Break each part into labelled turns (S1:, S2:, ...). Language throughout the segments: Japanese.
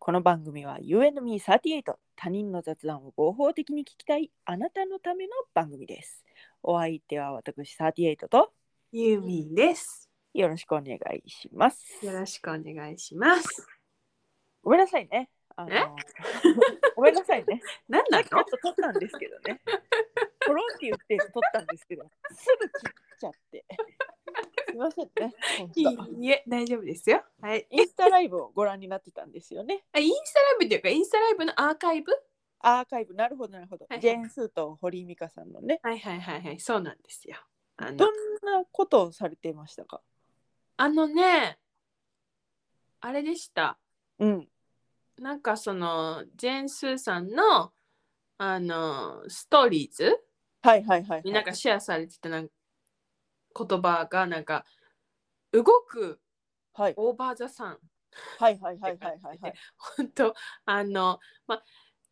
S1: この番組は You and me38 他人の雑談を合法的に聞きたいあなたのための番組です。お相手は私38と
S2: ユーミンです。
S1: よろしくお願いします。
S2: よろしくお願いします。
S1: ごめんなさいね。あの ごめんなさいね。
S2: 何
S1: さ
S2: な
S1: っきちょっ
S2: の
S1: と取ったんですけどね。ポロンって言って取ったんですけど、すぐ切っちゃって。すいませんね。本当
S2: いいいえ、大丈夫ですよ。はい。
S1: インスタライブをご覧になってたんですよね。
S2: あインスタライブっていうか、インスタライブのアーカイブ
S1: アーカイブ、なるほど、なるほど。
S2: はい
S1: ジェーン・スーと堀井美香さんのね。
S2: はいはいはいはい、そうなんですよ。あ
S1: ど
S2: の
S1: んなことをされていましたか
S2: あのね、あれでした。
S1: うん。
S2: なんかその、ジェーン・スーさんの、あの、ストーリーズ
S1: はいはいはい、はい。
S2: になんかシェアされてたなん言葉が、なんか、動く
S1: はい
S2: オーバー・ザ・サン。
S1: はいはいはいはいはいはい。
S2: 本当あのま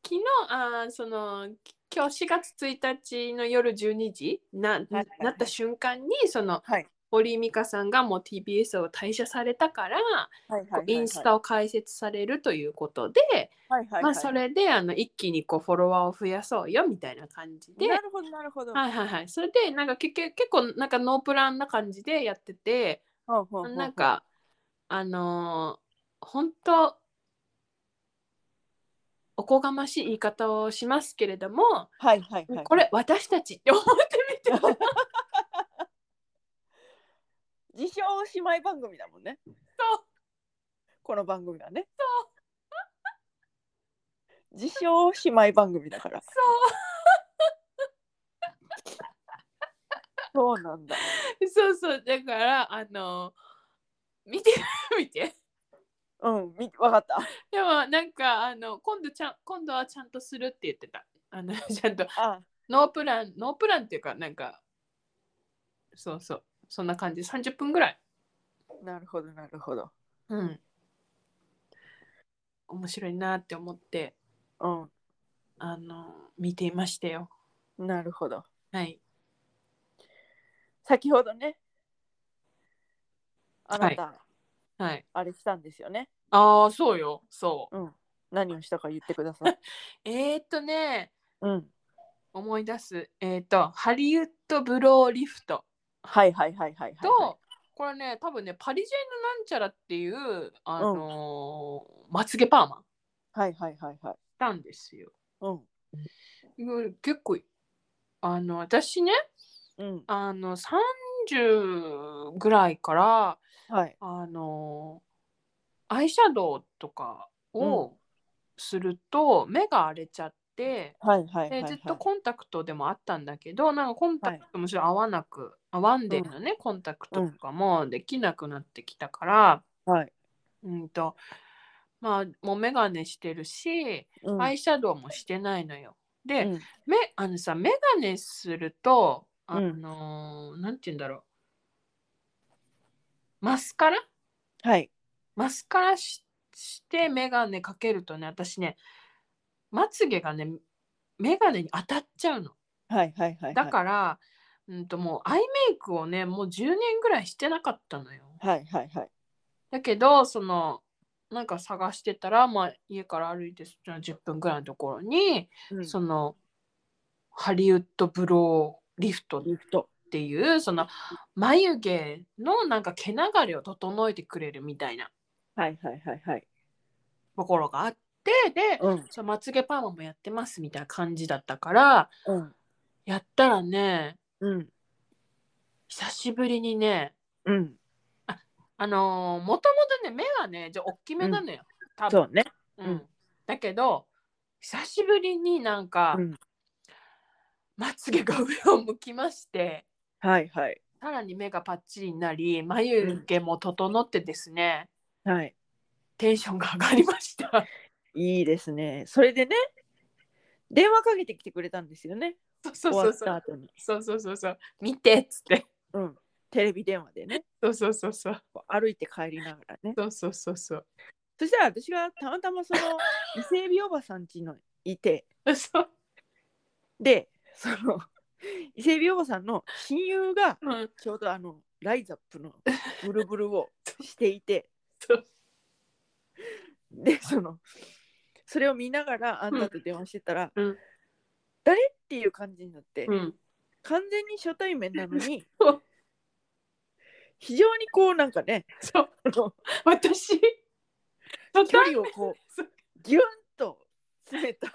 S2: 昨日あーそのき今日4月1日の夜12時な,、
S1: はいはい
S2: なった瞬間にその、
S1: はい
S2: 堀井美香さんがもう TBS を退社されたから、
S1: はいはいはいはい。
S2: インスタを開設されるということで、
S1: はいはいはい。
S2: まあ、それであの一気にこうフォロワーを増やそうよみたいな感じで
S1: な。るほどなるほど。
S2: はいはいはい、それでなんか結局結構なんかノープランな感じでやってて、
S1: ほうほうほう
S2: なん。かあのー本当おこがましい言い方をしますけれども、
S1: はいはいはい。
S2: これ私たちって思ってみて
S1: 自称姉妹番組だもんね。この番組はね。自称姉妹番組だから。そうなんだ。
S2: そうそうそうだからあのー見て見て
S1: うん、み、わかった。
S2: でもなんかあの今度ちゃん今度はちゃんとするって言ってたあの ちゃんと
S1: あ、
S2: ノープランノープランっていうかなんかそうそうそんな感じ30分ぐらい
S1: なるほど、なるほど。
S2: うん面白いなって思って
S1: う
S2: あの見ていましたよ。
S1: ん、なるほど。
S2: はい。
S1: 先ほどね。あなた、
S2: はい。
S1: あれしたんですよね。
S2: ああ、そうよ。そう。
S1: うん。何をしたか言ってくださ い。
S2: えー、っとね、
S1: うん。
S2: 思い出す。えー、っと、ハリウッドブローリフト
S1: はいはいはいはいはい、
S2: と、
S1: は
S2: これね、多分ね、パリジェンヌなんちゃらっていう、あのーまつげパーマ
S1: い。はいはいはいはい。
S2: したんですよ。
S1: うん。
S2: うん結構、あの、私ね、
S1: うん。
S2: あの、30ぐらいから、
S1: はい。
S2: あのーアイシャドウとか
S1: う
S2: をすると、目が荒れちゃって、
S1: はいはいはい、
S2: で
S1: はい。
S2: ずっとコンタクトでもあったんだけどなんかコンタクトもちろん合わなく、合わんでるのね、コンタクトとかもできなくなってきたから、
S1: はい。
S2: うんとまあもう眼鏡してるし、
S1: うん
S2: アイシャドウもしてないのよ。で、
S1: うん
S2: めあのさ眼鏡するとあ
S1: うん
S2: のーなんて言うんだろうマスカラ
S1: はい。
S2: マスカラしして眼鏡かけるとね私ねまつげがね眼鏡に当たっちゃうの。
S1: はいはいはいはい。
S2: だから、うん、ともうアイメイクをねもう10年ぐらいしてなかったのよ。
S1: ら。はいはいはい。
S2: だけどそのなんか探してたら、まあ、家から歩いてその10分ぐらいのところに、
S1: うん、
S2: そのハリウッドブローリフトっ
S1: リフト。
S2: ていうその眉毛のなんか毛流れを整えてくれるみたいな
S1: はいはいはいはい。
S2: ところがあってで、
S1: うん。
S2: そのまつげパーマもやってますみたいな感じだったから
S1: うん。
S2: やったらね
S1: うん。
S2: 久しぶりにね
S1: うん。
S2: あのー、もともとね目はねじゃあ大きめなのよ、多分
S1: そうね。
S2: う、
S1: うん
S2: ん、だけど久しぶりになんか、
S1: うん
S2: まつげが上を向きまして
S1: はいはい。
S2: さらに目がパッチリになり眉毛も整ってですね、
S1: はい。
S2: テンションが上がりました
S1: いいですね。それでね、電話かけてきてくれたんですよね。
S2: そうそ
S1: 終
S2: う
S1: わ
S2: そう
S1: っ
S2: そ
S1: た
S2: う
S1: 後に。
S2: そうそうそうそう見てっつって
S1: うん。テレビ電話でね、
S2: そうそうそうそう
S1: こう歩いて帰りながらね。
S2: そうそうそうそう
S1: そしたら私がたまたまそ の伊勢海老おばさん家のいて、
S2: そう
S1: で、その 伊勢海老おばさんの親友が
S2: うん
S1: ちょうどあのラ イザップのブルブルをしていて
S2: そう、
S1: でそのそれを見ながらあんたと電話してたら、
S2: うん
S1: 誰っていう感じになって、
S2: うん。
S1: 完全に初対面なのに
S2: そう
S1: 非常にこうなんかね
S2: そう。
S1: あの
S2: 私、初
S1: 距
S2: 対
S1: 離をこ
S2: そう
S1: うギュンと詰めた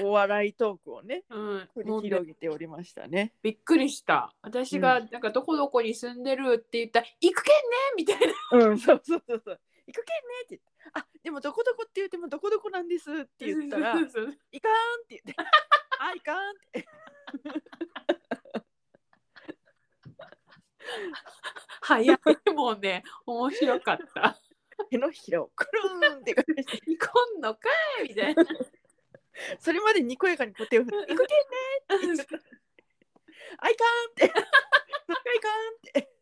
S1: お笑いトークをね
S2: うん、も
S1: 繰
S2: う
S1: り
S2: ね
S1: 広げておりましたね。
S2: びっくりした。私が、なんかどこどこに住んでるって言ったら、行くけんねみたいな。
S1: うん、そうそうそうそう。行くけんねって言って。あ、でもどこどこって言ってもどこどこなんですって言ったら、いかんっ
S2: そうそう
S1: て言って。あ、いかんって。
S2: 早いもうね、面白かった。
S1: 手のひらをくるーんって感じで。
S2: 行こんのかいみたいな。
S1: それまでにこやかにこう手を振って、行くけんねって言っちゃった。あ、いかんって。そっかいかんって。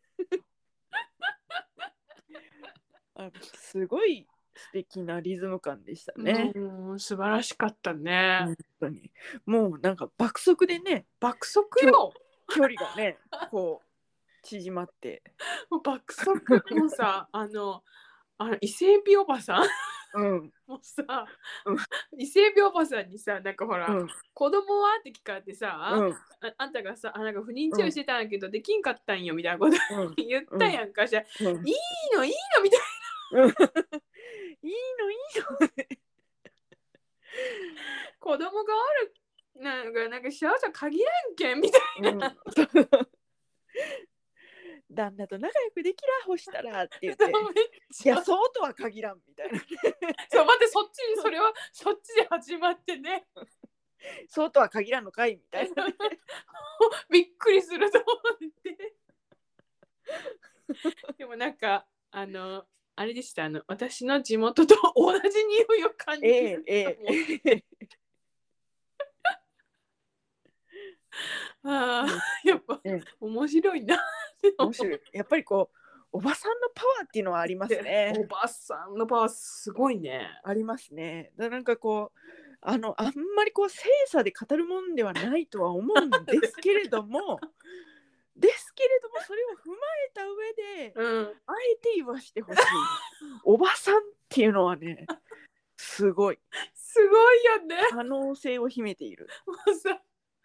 S1: あすごい素敵なリズム感でしたね。
S2: うん、素晴らしかったね。
S1: 本当にもうなんか爆速でね
S2: 爆速よ。
S1: 距離が ねこう縮まって
S2: もう爆速。もう さ、あの、あの伊勢海老おばさん
S1: うん、
S2: もうさ
S1: うん、
S2: 伊勢海老おばさんにさ、なんかほら、
S1: うん
S2: 子供はって聞かれてさ、
S1: うんうん
S2: ああんたがさ、あなんか不妊治療してたんやけど、できんかったんよみたいなこと言ったやんか。じゃあい
S1: うん
S2: いの、いいのみたい
S1: いいのいい
S2: な。子供がおる、なんか、なんか幸せは限らんけんみたいな。
S1: の、うんそう旦那と仲良くできらほしたらって 言って
S2: めっ
S1: い
S2: ちゃ
S1: やそうとは限らんみたいな
S2: そう待ってそっちにそれはそっちで始まってね
S1: そうとは限らんのかいみたい な
S2: びっくりすると思 ってでもなんかあのあれでしたあの私の地元と同じ匂いを感じ
S1: ええ
S2: る、
S1: ええええ
S2: あーやっぱ、
S1: ええ
S2: 面白いな
S1: 面白いやっぱりこうおばさんのパワーっていうのはありますね
S2: おばさんのパワーすごいね
S1: ありますねだなんかこうあのあんまりこう精査で語るもんではないとは思うんですけれども ですけれどもそれを踏まえた上で
S2: うん
S1: あえて言わしてほしい。おばさんっていうのはね、すごい
S2: すごいよね
S1: 可能性を秘めている
S2: もうさ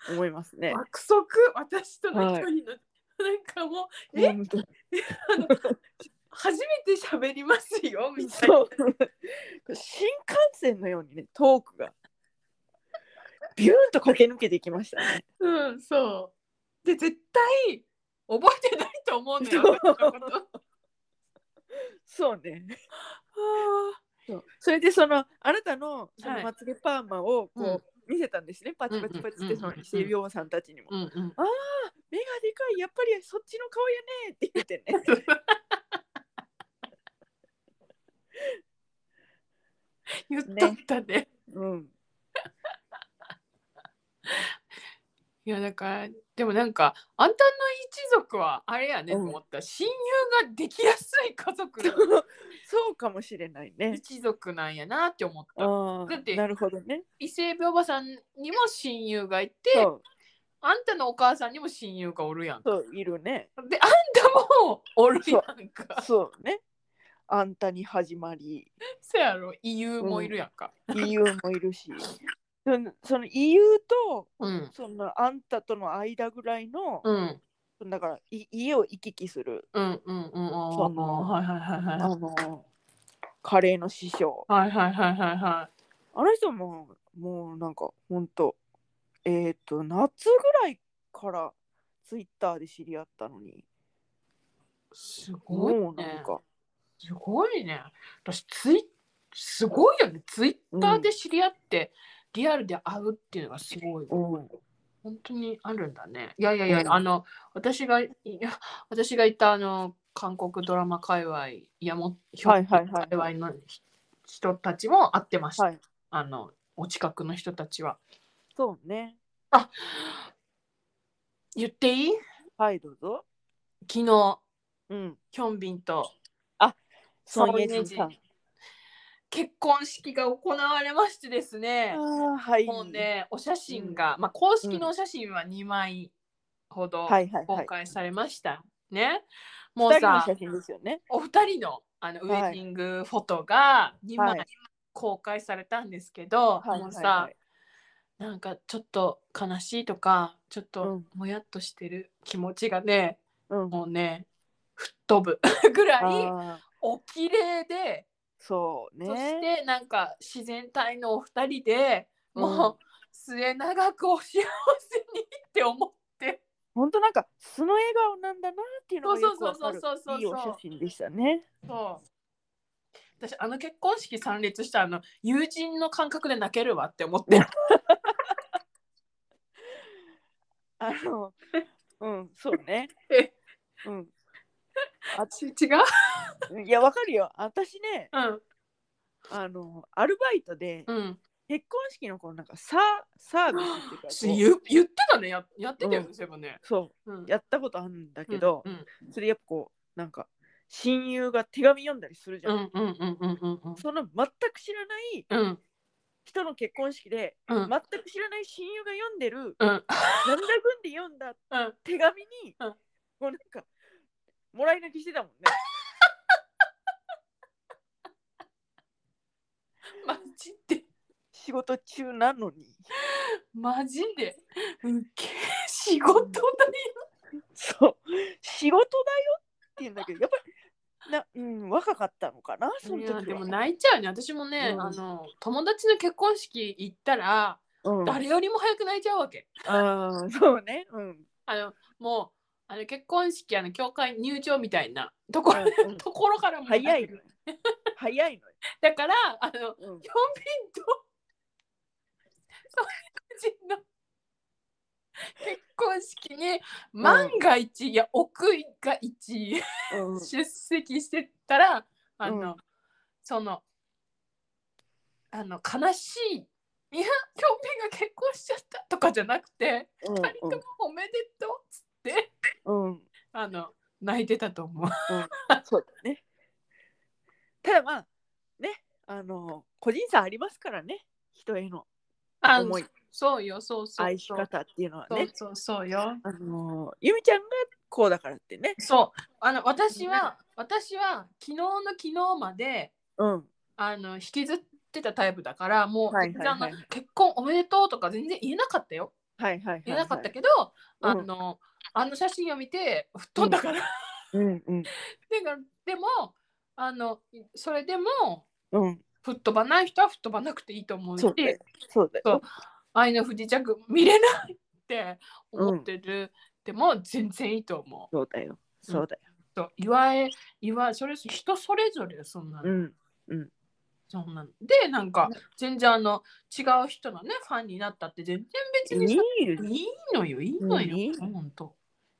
S1: と思いますね。
S2: 爆速私との距離の、なんかもうえ
S1: 本当に
S2: 初めて喋りますよみたいな
S1: そう新幹線のようにねトークがビューンと駆け抜けていきましたね。
S2: うん、そう。で、絶対覚えてないと思うのよ、
S1: そう
S2: 私のこと。あ
S1: そうね。
S2: あ
S1: そうそれでそのあなたのそ
S2: は
S1: の
S2: い
S1: まつげパーマをこう、
S2: うん
S1: 見せたんですね。パチパチパチって
S2: うんうん
S1: そ
S2: うんう
S1: の
S2: ん
S1: 伊勢美さんたちにも。
S2: うんうん。
S1: 目がでかいやっぱりそっちの顔やねって言って ね。
S2: 言っとったね。
S1: うん。
S2: いや、だから、でもなんか、あんたの一族は、あれやね、
S1: うん
S2: と思った。親友ができやすい家族
S1: そ
S2: の
S1: うそうかもしれないね。
S2: 一族なんやなって思った。
S1: あ
S2: だって
S1: あ、なるほどね。
S2: 伊勢病おばさんにも親友がいて、
S1: そう、
S2: あんたのお母さんにも親友がおるやんか。
S1: そういるね。
S2: で、あんたもおるやんか。
S1: そうね。あんたに始まり、
S2: そやろ、異友もいるやんか。
S1: EU もいるし。 そのその EU と
S2: うん。
S1: そのあんたとの間ぐらいの、
S2: うん。
S1: だからい家を行き来する
S2: うんうんうん。あ
S1: そ
S2: ー
S1: の
S2: はいはいはい
S1: あ
S2: はい。
S1: のカレーの師匠
S2: はいはいはいはいは
S1: あの人ももうなんかほんとえっ、ー、と夏ぐらいからツイッターで知り合ったのに
S2: い。すごい
S1: もうな
S2: ね
S1: ん。か
S2: すごいね。私ツイすごいよね。ツイッターで知り合って、リアルで会うっていうのがすごい。
S1: うん
S2: 本当にあるんだね。いやいやいや、
S1: うん
S2: あの私がい や私がいたあの韓国ドラマ界隈やもひょ
S1: はいはいはい
S2: 界隈のひ人たちも会ってました。
S1: はい
S2: あのお近くの人たちは。
S1: そうね
S2: 言っていい？
S1: はいどうぞ
S2: 昨日
S1: うん
S2: ヒョンビンと
S1: ソ
S2: ソ
S1: ン・
S2: ン
S1: イ
S2: イ
S1: ェ
S2: ェ
S1: ジ
S2: ジ
S1: ン
S2: ン
S1: さん
S2: 結婚式が行われましてですね、
S1: ああはい
S2: もうね、お写真が、まあ、公式のお写真は2枚ほど
S1: はいはいは
S2: 公
S1: い
S2: 開されました。ね、もう
S1: 二人の
S2: さ
S1: 写、真ですよね
S2: お二人のあのウ
S1: はい
S2: ェディングフォトが2枚
S1: はい
S2: 公開されたんですけど、
S1: はい
S2: もうさ、
S1: はい
S2: なんかちょっと悲しいとかちょっ
S1: う
S2: と
S1: ん
S2: もやっとしてる気持ちがね、
S1: うん
S2: もうね吹っ飛ぶ ぐらい
S1: あー
S2: お綺麗で、
S1: そうね
S2: そしてなんか自然体のお二人でもう末永くお幸せにって思って
S1: 本当なんか素の笑顔なんだなっていうのがよくわかる
S2: そうそうそうそうそう
S1: いいお写真でしたね。
S2: そう私あの結婚式参列したあの友人の感覚で泣けるわって思ってる
S1: あの、うん、そうね。
S2: え
S1: うん、
S2: 違う、
S1: いや、わかるよ。私ね、
S2: うん
S1: あの、アルバイトで
S2: うん、
S1: 結婚式のこのなんかサーサービ スっていうかこ
S2: 言言ってたねややってたよね、
S1: う
S2: そういえばね、
S1: う、そう
S2: うん、
S1: やったことあるんだけど、
S2: うん
S1: それやっぱこう、なんか親友が手紙読んだりするじ
S2: う
S1: ゃん。
S2: んうんうんうんうんうん
S1: その全く知らない
S2: うん
S1: 人の結婚式で、
S2: うん
S1: 全く知らない親友が読んでる、
S2: うん
S1: 涙ぐんで読んだ
S2: うん
S1: 手紙に、
S2: うん
S1: もうなんかもらい泣きしてたもんね。
S2: マジで
S1: 仕事中なのに。
S2: マジでうんけ仕事だよ
S1: そう仕事だよって言うんだけどやっぱりな、うん、若かったのかなその
S2: い
S1: 時は。
S2: やでも泣いちゃうね私もね、
S1: うん
S2: あの友達の結婚式行ったら、
S1: うん、あ
S2: 誰よりも早く泣いちゃうわけ
S1: あそうね。うん。
S2: あのもうあの結婚式あの教会入場みたいなところ,、
S1: うんうん
S2: ところからも泣
S1: 早いのよ。早い
S2: だからあの
S1: のよ。うん
S2: ヒョンビンとそういう人の結婚式に万が一、いや奥が一
S1: うん
S2: 出席してたらあの、
S1: うん
S2: そのあの悲しいいやヒョンビンが結婚しちゃったとかじゃなくて2人ともおめでとうっつって
S1: うんうんうん
S2: あの泣いてたと思う。
S1: そうだね。ただまあねあの個人差ありますからね人への
S2: あ
S1: 思い
S2: そうよそうそう
S1: 愛し
S2: そう
S1: 方っていうのは
S2: そう
S1: ね。
S2: そうそうよ。
S1: あのゆみちゃんがこうだからってね。
S2: そうあの私は私は昨日の昨日まで
S1: うん。
S2: あの引きずってたタイプだからもう、
S1: はいはいはい
S2: 全然あの結婚おめでとうとか全然言えなかったよ
S1: はいはいはい、はい。
S2: 言えなかったけど、
S1: うん
S2: あのあの写真を見て吹っ飛んだから、
S1: うんうん
S2: でがでもあのそれでも
S1: うん。
S2: 吹っ飛ばない人は吹っ飛ばなくていいと思うし
S1: そうだよ。そうだよ。
S2: 愛の不時着見れないって思ってる、でも全然いいと思う。
S1: そうだよ。そうだよ。
S2: と言わえ言わそれ人それぞれそんなの、
S1: うん。
S2: そんなのでなんか全然あの違う人のねファンになったって全然別に
S1: ニ
S2: さ
S1: ール。
S2: いいのよいいのよ、
S1: うんいい
S2: ほんと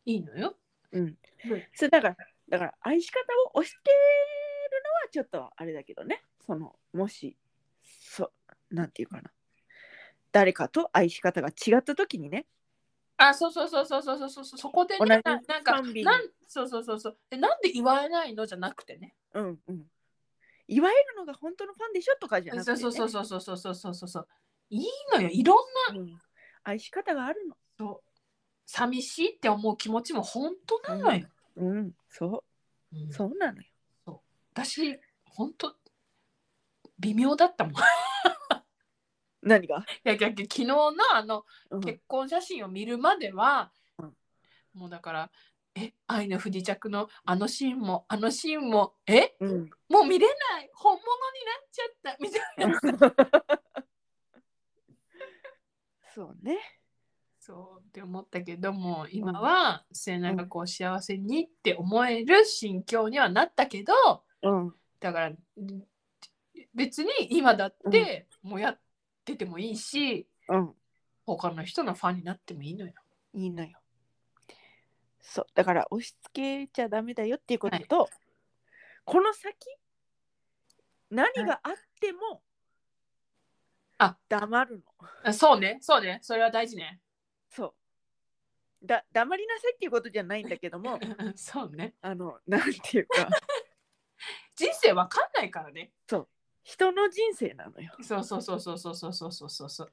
S2: いいのよ
S1: うん
S2: で。
S1: それだから、だから愛し方を押してるのはちょっとあれだけどね。その、もし、そう、なんていうかな。誰かと愛し方が違った時にね。
S2: あそうそうそうそうそうそうそうそこで
S1: 同
S2: ね
S1: じ
S2: ななんか
S1: 賛美
S2: なんそうそうそうそうえなんで言わえないのじゃなくてね
S1: うんうん。いわゆるのが本当のファンでしょとかじゃなくて、
S2: そう
S1: ね。
S2: そうそうそうそうそうそうそうそうそういいのよいろん
S1: うん愛し方があるの。
S2: なそう寂しいって思う気持ちも本当なのよ、
S1: うん、そうう、
S2: ん
S1: そうなのよ。
S2: 私本当微妙だったもん い
S1: 何が、
S2: やいやいや昨日のあの
S1: うん
S2: 結婚写真を見るまでは、
S1: うん
S2: もうだから「え愛の不時着」のあのシーンもあのシーンもえ
S1: うん、
S2: もう見れない本物になっちゃったみたいな
S1: そうね。
S2: そうって思ったけども今は末永くお幸せにって思える心境にはなったけど
S1: うん。
S2: だから別に今だってもうやっててもいいし、
S1: うん。
S2: 他の人のファンになってもいいのよ。
S1: いいのよ。そうだから押し付けちゃダメだよっていうことと、この先何があっても、
S2: あ
S1: 黙るの
S2: あそうねそうねそれは大事ね。
S1: そうだ黙りなさいっていうことじゃないんだけど も
S2: そうね
S1: あのなんていう か
S2: 人生わかんないからね。
S1: 人の人生なのよ
S2: そうそうそうそうそうそうそうそうそうそう。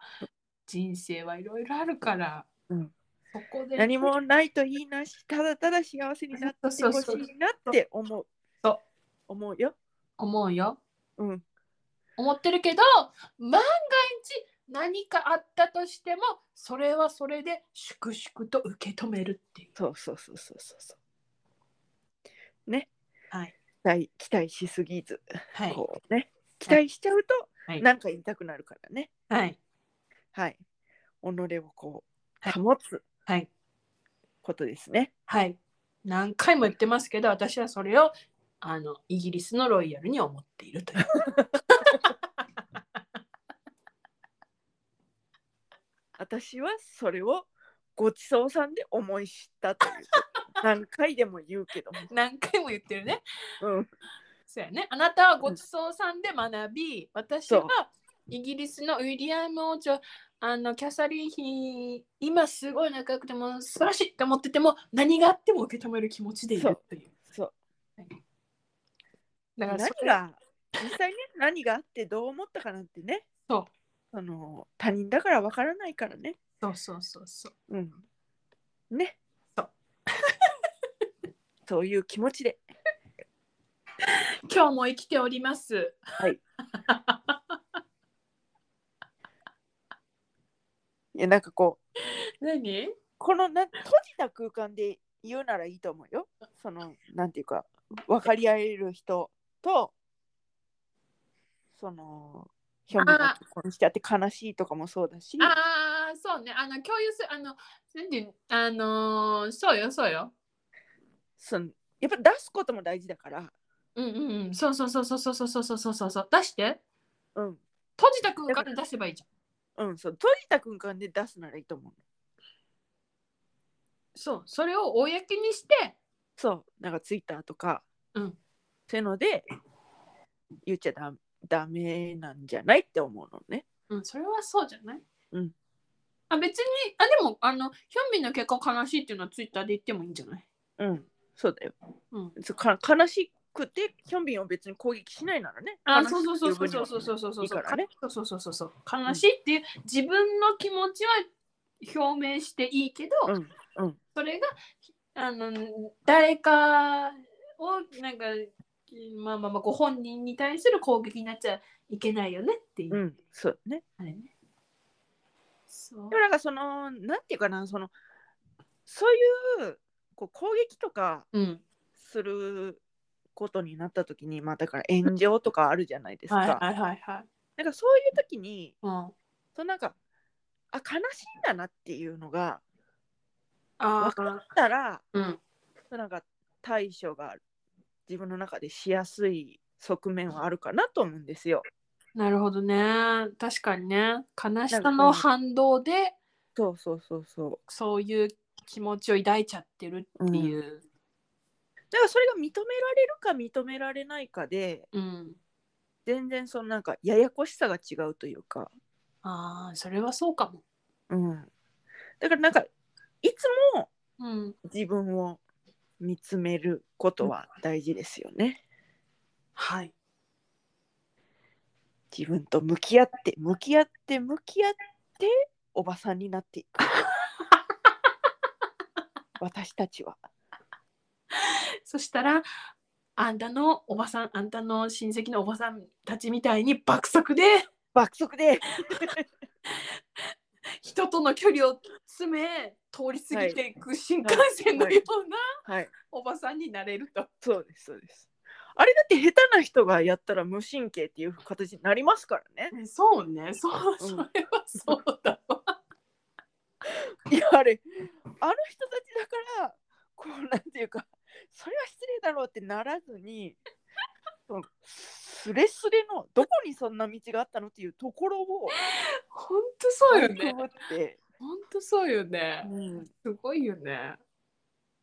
S2: 人生はいろいろあるから。
S1: うん
S2: そこで
S1: 何もないといいなしただただ幸せになってほしいなって思う
S2: そう
S1: 思うよ。
S2: 思うよ
S1: うん。
S2: 思ってるけど万が一何かあったとしてもそれはそれで粛々と受け止めるっていう
S1: そうそうそうそうそうそう。ね。
S2: はい。
S1: 期待期待しすぎず、
S2: は
S1: こうね。期待しちゃうと、
S2: はい
S1: なんか言いたくなるからね。
S2: はい
S1: はい。己をこ
S2: はいう
S1: 保つ
S2: はい
S1: ことですね。
S2: はい何回も言ってますけど私はそれをあのイギリスのロイヤルに思ってい るという
S1: 私はそれをごちそうさんで思い知った ということ。何回でも言うけども。
S2: 何回も言ってるね
S1: うん。
S2: そうやね。あなたはごちそうさんで学び、私
S1: そ
S2: は
S1: う
S2: イギリスのウィリアム王女、あのキャサリン妃、今すごい仲良くても素晴らしいって思ってても、何があっても受け止める気持ちでいるっていう。
S1: そう。
S2: だから
S1: 何
S2: それ
S1: が実際ね何があってどう思ったかなんてね
S2: そう
S1: その他人だからわからないからね
S2: そうそうそうそ
S1: う
S2: う。
S1: んね
S2: そう
S1: そういう気持ちで
S2: 今日も生きております。
S1: いやなんかこう
S2: 何
S1: このな閉じた空間で言うならいいと思うよそのなんていうか分かり合える人とその表面が結婚しちゃって悲しいとかもそうだし
S2: ああ、そうね。あの共有する、あの、何て言うあのーそうよ、そうよ。
S1: そのやっぱ出すことも大事だから
S2: うんうんうん。そうそうそうそうそうそうそうそうそうそう。出して。
S1: うん
S2: 閉じた空間で出せばいいじゃん。
S1: うんそう閉じた空間で出すならいいと思う
S2: そう、それを公にして、
S1: そうなんかツイッターとか、
S2: うん
S1: そういうので言っちゃダダメなんじゃないって思うのね
S2: うん、それはそうじゃない
S1: うん。
S2: あ、別に、あ、でも、あの、ヒョンビンの結婚悲しいっていうのはツイッターで言ってもいいんじゃない
S1: うんそうだよ、
S2: うん
S1: そうか悲しくてヒョンビンを別に攻撃しないならね
S2: あ、
S1: 悲し
S2: そうそう
S1: くて
S2: そう
S1: 呼
S2: そう
S1: ぶ
S2: そうそうそう
S1: には
S2: そうそう
S1: いいからね
S2: そうそうそうそうそう悲しいっていう自分の気持ちは表明していいけど、
S1: うん
S2: それがあの誰かをなんかまあまあまあご本人に対する攻撃になっちゃいけないよねっていう、
S1: うんそうね
S2: あれね。そう
S1: でもなんかそのなんていうかなそのそういうこう攻撃とか
S2: うん
S1: することになった時にまあだから炎上とかあるじゃないですか、
S2: はいはいはいはい。
S1: なんかそういう時に
S2: うん、あ
S1: そうなんかあ悲しいんだなっていうのが
S2: あ
S1: 分かったら
S2: うん
S1: そうなんか対処が自分の中でしやすい側面はあるかなと思うんですよ。
S2: なるほどね確かにね悲し
S1: な
S2: さ
S1: んかう
S2: の
S1: ん
S2: 反動で
S1: そうそうそうそう。
S2: そういう気持ちを抱いちゃってるっていう、
S1: だからそれが認められるか認められないかで
S2: うん
S1: 全然そのなんかややこしさが違うというか。
S2: ああそれはそうかも。
S1: うん、だからなんかいつも
S2: うん、
S1: 自分を見つめることは大事ですよね。
S2: はい
S1: 自分と向き合って向き合って向き合っておばさんになっていく 私たちは。
S2: そしたらあんたのおばさんあんたの親戚のおばさんたちみたいに爆速で
S1: 爆速で
S2: 人との距離を詰め通り過ぎていく新幹線の
S1: はいは
S2: よ
S1: いう
S2: な
S1: はい
S2: おばさんになれると。
S1: そうですそうですあれだって下手な人がやったら無神経っていう形になりますからね
S2: そうねそう
S1: うん
S2: それはそうだわ。
S1: いやあれあの人たちだからこうなんていうかそれは失礼だろうってならずにそのスレスレのどこにそんな道があったのっていうところを
S2: 本当そうよ
S1: かい
S2: ね
S1: く。ぐって、
S2: 本当そうよね。
S1: うん
S2: すごいよね。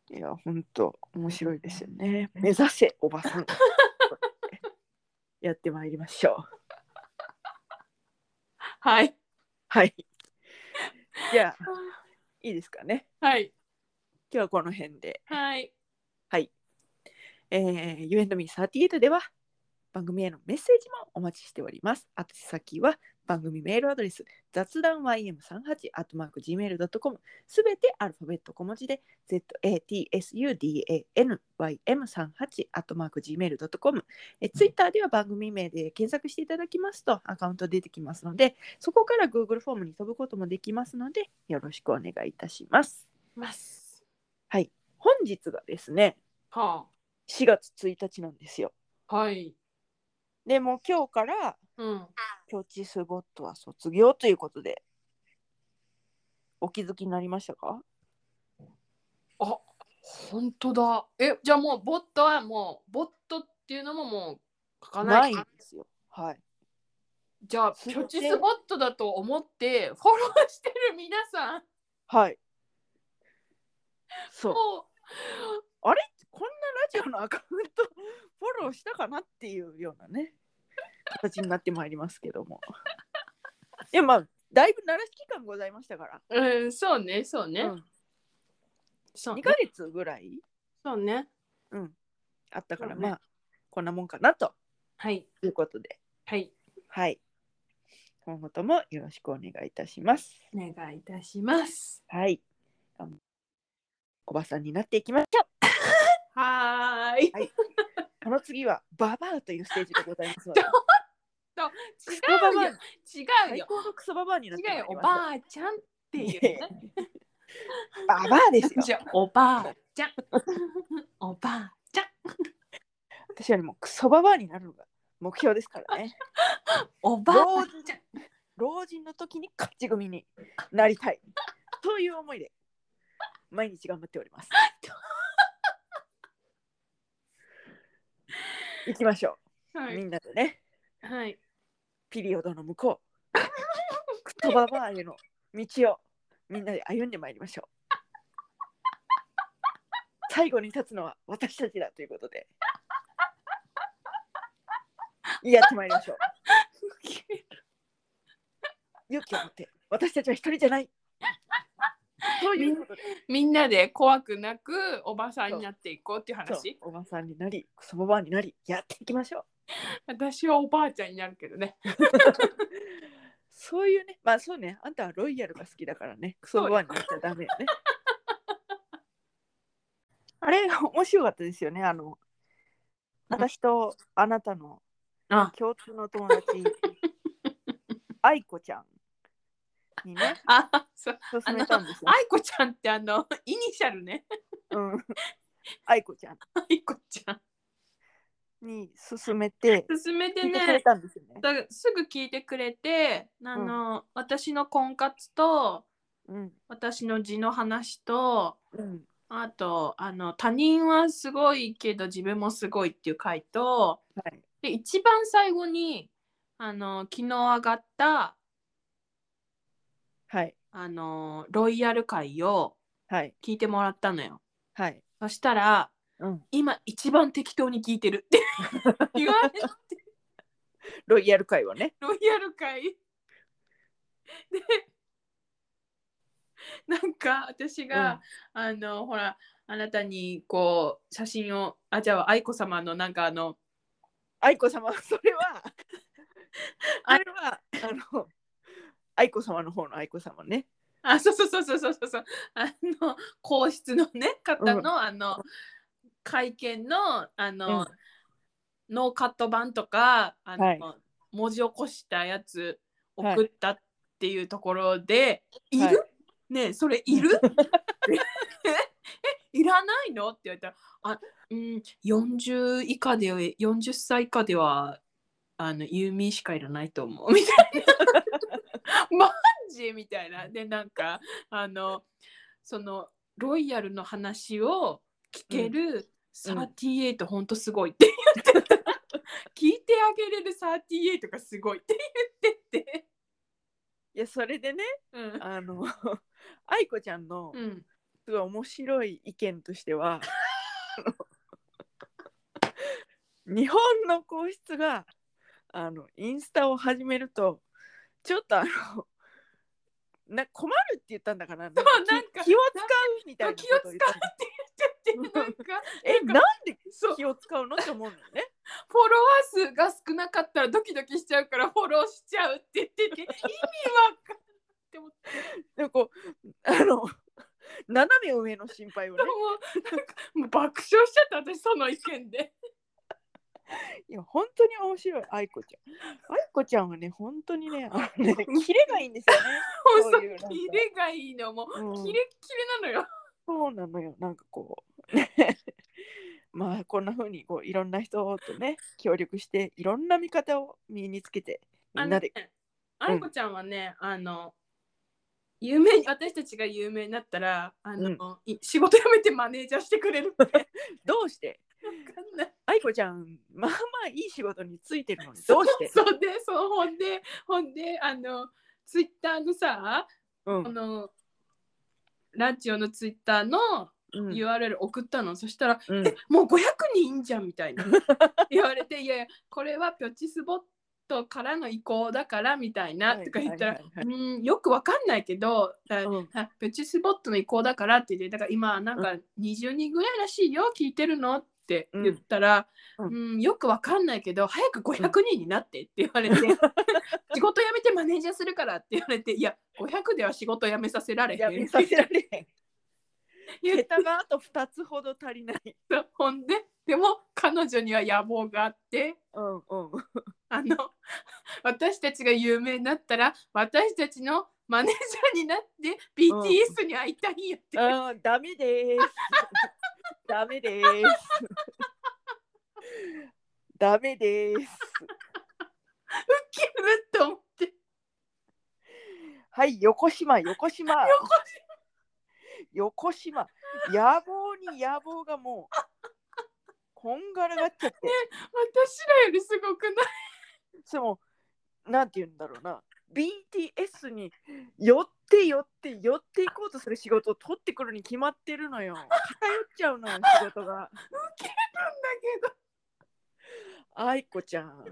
S1: いや本当面白いですよね目指せおばさん やってまいりましょう
S2: はい。
S1: はいじゃあいいですかね
S2: はい。
S1: 今日はこの辺で
S2: はい。
S1: えー、You and Me38 では番組へのメッセージもお待ちしております。宛先は番組メールアドレス雑談 ym38-gmail.com すべてアルファベット小文字で zatsudanym38-gmail.com えツイッターでは番組名で検索していただきますとアカウント出てきますのでそこから Google フォームに飛ぶこともできますのでよろしくお願いいたします。
S2: ます。
S1: 本日がですね
S2: は
S1: 4月1日なんですよ。
S2: あ。はい。
S1: でもう今日から
S2: うん。
S1: 今日チスゴットは卒業ということでお気づきになりましたか
S2: あ、本当だ。え、じゃあもうボットはもうボットっていうのももう書かな。
S1: ないいんですよ。はい。
S2: じゃあ
S1: すい
S2: キ
S1: ません
S2: ョチスボットだと思って フォローしてる皆さん、
S1: はい。そう。
S2: も
S1: あれこんなラジオのアカウントフォローしたかなっていうようなね、 形になってまいりますけども。いや、まあ、だいぶ鳴らし期間ございましたから。
S2: う、うん、そうね、そうね、
S1: うん、
S2: そう
S1: 2
S2: ね
S1: ヶ月ぐらい、
S2: そうね。
S1: うん、あったから、
S2: そうね
S1: まあ、こんなもんかなと
S2: はい、
S1: いうことで、
S2: はい、
S1: はい。今後ともよろしくお願いいたします。
S2: お願いいたします。
S1: はい。あのおばさんになっていきましょう。
S2: はーい。
S1: この次はババアというステージでございますの で、クソバ
S2: 違う
S1: バア
S2: よ、違う
S1: 最
S2: よ、
S1: 高のクソババアになってま
S2: 違
S1: いうり
S2: よ、お
S1: ました
S2: ばあちゃんっていう ね。
S1: ババアですよ。
S2: じゃあ おばあちゃん、おばあちゃん、
S1: 私よりもクソババアになるのが目標ですからね。
S2: おばあちゃん。
S1: 老人の時に勝ち組になりたい。という思いで毎日頑張っており ます。行きましょう。
S2: は
S1: み
S2: い、
S1: んなでね、
S2: はい、
S1: ピリオドの向こ う、クソババアへの道をみんなで歩んでまいりましょう。最後に立つのは私たちだということで。やってまいりましょう。 勇気を持って私たちは一人じゃない。 ということで
S2: みんなで怖くなくおばさんになっていこうっていう話。
S1: そうおばさんになりクソババアになりやっていきましょう。
S2: 私はおばあちゃんになるけどね。
S1: そういうねまあそうねあんたはロイヤルが好きだからねクソババアになっちゃダメよね。 あれ面白かったですよねあの私とあなたの
S2: あ、
S1: 共通の友 達愛子ちゃんにね
S2: あ、そう。
S1: 勧めたんですよ。
S2: 愛子ちゃんってあのイニシャルね。
S1: うん愛子ちゃん
S2: 愛子ちゃん。
S1: に勧めて
S2: 進めて
S1: 聞いてくれ
S2: ね。
S1: たんですよね。
S2: だすぐ聞いてくれて、あの、私の婚活と
S1: うん
S2: 私の字の話と。
S1: うん
S2: あとあの他人はすごいけど自分もすごいっていう回と
S1: はい、
S2: で一番最後にあの昨日上がった
S1: はい、
S2: あのロイヤル回を
S1: はい、
S2: 聞いてもらったのよ。
S1: はい。
S2: そしたら
S1: うん、
S2: 今一番適当に聞い てるって言われて
S1: ロイヤル会はね。
S2: ロイヤル会でなんか私が、あのほらあなたにこう写真をあじゃあ愛子様のなんかあの
S1: 愛子様、 それは、あ
S2: あ
S1: れは、あの、愛子様の方の愛子様ね。
S2: あそうそうそうそうそうそう そうあの皇室のね方の、
S1: うん
S2: あの会見のあの、
S1: うん
S2: ノーカット版とかあの、
S1: はい
S2: 文字起こしたやつ
S1: はい
S2: 送ったっていうところで、い、
S1: はい
S2: るねえそれいるえいらないのって言われたらあうん40以下で40歳以下ではあのユーミンしかいらないと思うみたいなマジみたいなでなんかあのそのロイヤルの話を聞ける38ほんとすごいって言ってた聞いてあげれる38がすごいって言ってて
S1: いや、それでね、
S2: うん
S1: あの、 愛子ちゃんの
S2: うん
S1: すごい面白い意見としては、あの日本の皇室が、あの、インスタを始めると、ちょっとあの、な困るって言ったんだから、なんか
S2: そうなんか
S1: 気気を使うみたいな
S2: 気
S1: こ
S2: を
S1: と
S2: 使
S1: を
S2: うっ
S1: 言
S2: て
S1: ってた
S2: 言っててなんか
S1: え、なんで
S2: そう
S1: 気を使うのって思うのよね。
S2: フォロワー数が少なかったらドキドキしちゃうからフォローしちゃうって言ってて意味わかんないって思った
S1: なんかこう あの斜め上の心配 をね
S2: もうなんかもう爆笑しちゃった私その意見で
S1: いや本当に面白い愛子ちゃん愛子ちゃんはね本当にねあ のねキレがいいんです よね
S2: も
S1: そ
S2: うそう
S1: いうなんか
S2: キレがいいのもう
S1: うん
S2: キレッキレなのよ
S1: そうなのよなんかこう まあこんな風にこういろんな人とね協力していろんな見方を身につけてみ
S2: あ
S1: ん
S2: の
S1: な
S2: ね
S1: で、
S2: あいこちゃんはね、あの有名に私たちが有名になったらあの、い仕事辞めてマネージャーしてくれるってわ
S1: どうして
S2: かんない
S1: 愛子ちゃんまあまあいい仕事についてるのにどうして
S2: そうそうでそうほんでほんであのツイッターのさ
S1: う
S2: こ
S1: ん
S2: のラジオのツイッターの
S1: うん
S2: URL 送ったの、そしたら
S1: う
S2: 「
S1: ん
S2: えもう500人じゃん」み たいな言われて「いやいやこれはピョチスボットからの移行だから」みたいな、とか言ったら、
S1: はいはいは
S2: うんよくわかんないけどだ
S1: いはいうん
S2: あプチスポットの移行だからって言ってだから今なんか20人ぐらいらしいよ聞いてるのって言ったら、
S1: う
S2: うんんよくわかんないけど早く500人になってって言 われて、仕事辞めてマネージャーするからって言われていや500では仕事辞めさせられへ
S1: や
S2: ん
S1: め
S2: っ
S1: さ
S2: て
S1: せられへん
S2: 言って
S1: 桁があと2つほど足りない
S2: ほんででも彼女には野望があって
S1: うんうん
S2: あの 私たちが有名になったら私たちのマネージャーになって BTS に会いたいよって、
S1: あーダメです。 ダメです。ダメです。
S2: ウケるって思って。
S1: はい、横島、横島。横島。野望に野望がもう。こんがらがっちゃって。
S2: 私らよりすごくない
S1: でも、なんて言うんだろうな。BTS に寄って寄って寄っていこうとする仕事を取ってくるに決まってるのよ。偏っちゃうのよ、仕事が。
S2: んだけ
S1: 愛子ちゃん。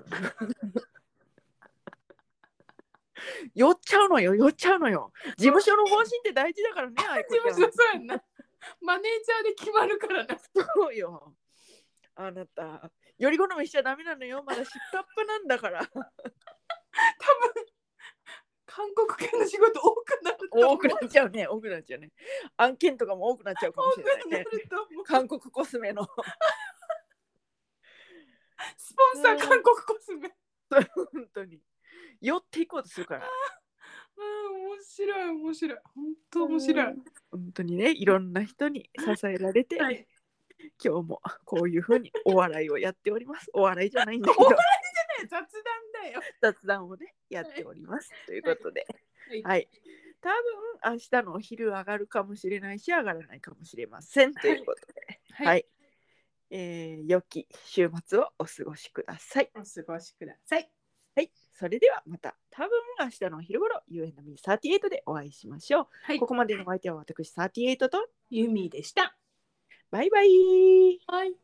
S1: 酔っちゃうのよ、酔っちゃうのよ。事務所の方針って大事だ からね、愛子
S2: ど事
S1: ちゃん
S2: 務所。そうやんなマネージャーで決まるからな
S1: そうよ。あなた、より好みしちゃダメなのよ、まだ知ったっぱなんだから。
S2: 韓国系の仕事多くなると思う
S1: 多くなっちゃうね、多くなっちゃうね。案件とかも多くなっちゃうかもしれ
S2: 多く
S1: な
S2: ない
S1: ね
S2: る。と思う
S1: 韓国コスメの。
S2: スポンサー韓国コスメ
S1: 本当に。寄っていこうとするから。
S2: うん面白い面白い本当面白い、
S1: 本当にね、いろんな人に支えられて。
S2: はい、
S1: 今日もこういうふうにお笑いをやっております。お笑いじゃないんだけど
S2: お、笑雑談だよ
S1: 雑談をね、やっております。ということで、
S2: はい
S1: はい。多分明日のお昼上がるかもしれないし、上がらないかもしれません。ということで、
S2: は
S1: はい。えー良き週末をお過ごしください。
S2: お過ごしください
S1: はい。それではまた、多分明日のお昼頃、U&Me38 でお会いしましょう。
S2: はい
S1: ここまでのお相手は私38と、
S2: ユミでした
S1: バイバイ。
S2: はい